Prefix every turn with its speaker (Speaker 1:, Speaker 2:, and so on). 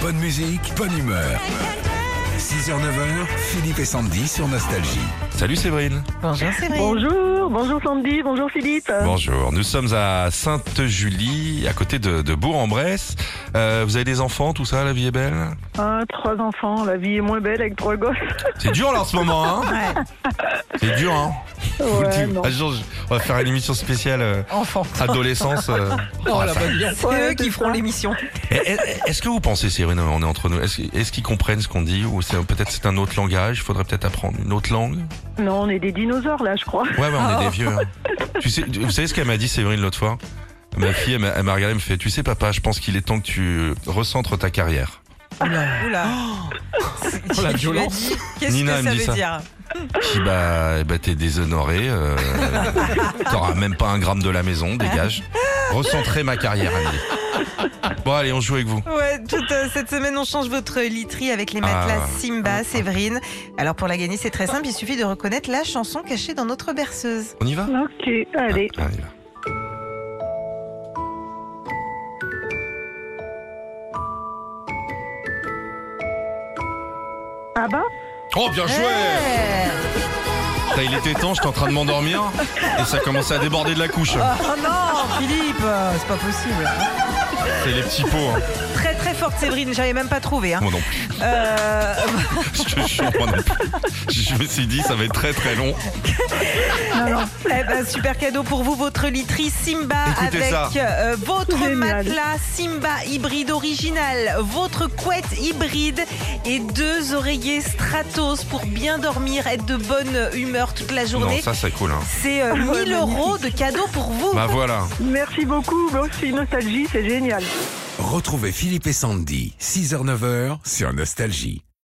Speaker 1: Bonne musique, bonne humeur. 6h, 9h, Philippe et Sandy sur Nostalgie.
Speaker 2: Salut Séverine.
Speaker 3: Bonjour Séverine.
Speaker 4: Bonjour, bonjour Sandy, bonjour Philippe.
Speaker 3: Ah.
Speaker 2: Bonjour. Nous sommes à Sainte-Julie, à côté de, de Bourg-en-Bresse. Euh, vous avez des enfants, tout ça, la vie est belle
Speaker 4: Ah, trois enfants, la vie est moins belle avec trois gosses.
Speaker 2: C'est dur là en ce moment, hein
Speaker 3: Ouais,
Speaker 2: C'est dur, hein Vous le
Speaker 4: Ouais,
Speaker 2: dites.
Speaker 4: non.
Speaker 2: Un jour, je- on va faire une émission spéciale euh,
Speaker 3: enfant.
Speaker 2: adolescence. euh.
Speaker 3: Oh, la bonne vie. C'est
Speaker 4: Ouais,
Speaker 3: eux qui
Speaker 4: c'est
Speaker 3: feront
Speaker 4: ça.
Speaker 3: l'émission.
Speaker 2: Et- et- Est-ce que vous pensez, Séverine, on est entre nous, est-ce est-ce qu'ils comprennent ce qu'on dit ou c'est peut-être c'est un autre langage, il faudrait peut-être apprendre une autre langue
Speaker 4: Non, on est des dinosaures là, je crois.
Speaker 2: Ouais, ouais, on est
Speaker 3: Oh.
Speaker 2: des vieux. hein. Tu sais, vous savez ce qu'elle m'a dit, Séverine, l'autre fois Ma fille, elle m'a elle m'a regardé, elle me fait, tu sais, papa, je pense qu'il est temps que tu recentres ta carrière.
Speaker 3: Oula.
Speaker 2: Oh, la
Speaker 3: Tu l'as
Speaker 2: violence.
Speaker 3: dit. Qu'est-ce
Speaker 2: Nina,
Speaker 3: que
Speaker 2: elle
Speaker 3: ça
Speaker 2: me
Speaker 3: veut
Speaker 2: dit ça.
Speaker 3: dire
Speaker 2: Si bah, eh bah, t'es déshonoré, euh, t'auras même pas un gramme de la maison, dégage. Recentrer ma carrière, elle me dit. Bon, allez, on joue avec vous.
Speaker 3: Ouais, toute euh, cette semaine, on change votre literie avec les matelas
Speaker 2: Ah.
Speaker 3: Simba, Séverine. Alors pour la gagner, c'est très simple, il suffit de reconnaître la chanson cachée dans notre berceuse.
Speaker 2: On y va
Speaker 4: Ok, allez.
Speaker 2: Ah, on y va.
Speaker 4: Ah bah
Speaker 2: Oh, bien joué
Speaker 3: Ouais.
Speaker 2: Putain, Il était temps, j'étais en train de m'endormir et ça commençait à déborder de la couche.
Speaker 3: Oh non, Philippe, euh, c'est pas possible.
Speaker 2: C'est les petits pots. Hein.
Speaker 3: Très très forte Séverine, j'avais même pas trouvé. Hein.
Speaker 2: Moi non plus.
Speaker 3: Euh,
Speaker 2: Je te jure, moi non plus. Je me suis dit, ça va être très très long.
Speaker 3: Eh ben, super cadeau pour vous, votre literie Simba
Speaker 2: Écoutez
Speaker 3: avec
Speaker 2: ça.
Speaker 3: euh, votre
Speaker 4: Génial.
Speaker 3: matelas Simba hybride original, votre couette hybride et deux oreillers Stratos pour bien dormir, être de bonne humeur toute la
Speaker 2: Non,
Speaker 3: journée.
Speaker 2: ça, c'est cool. Hein.
Speaker 3: C'est euh, 1000 euros de cadeau pour vous.
Speaker 2: Bah voilà.
Speaker 4: Merci beaucoup, moi aussi Nostalgie, c'est génial.
Speaker 1: Retrouvez Philippe et Sandy, 6h, 9h sur Nostalgie.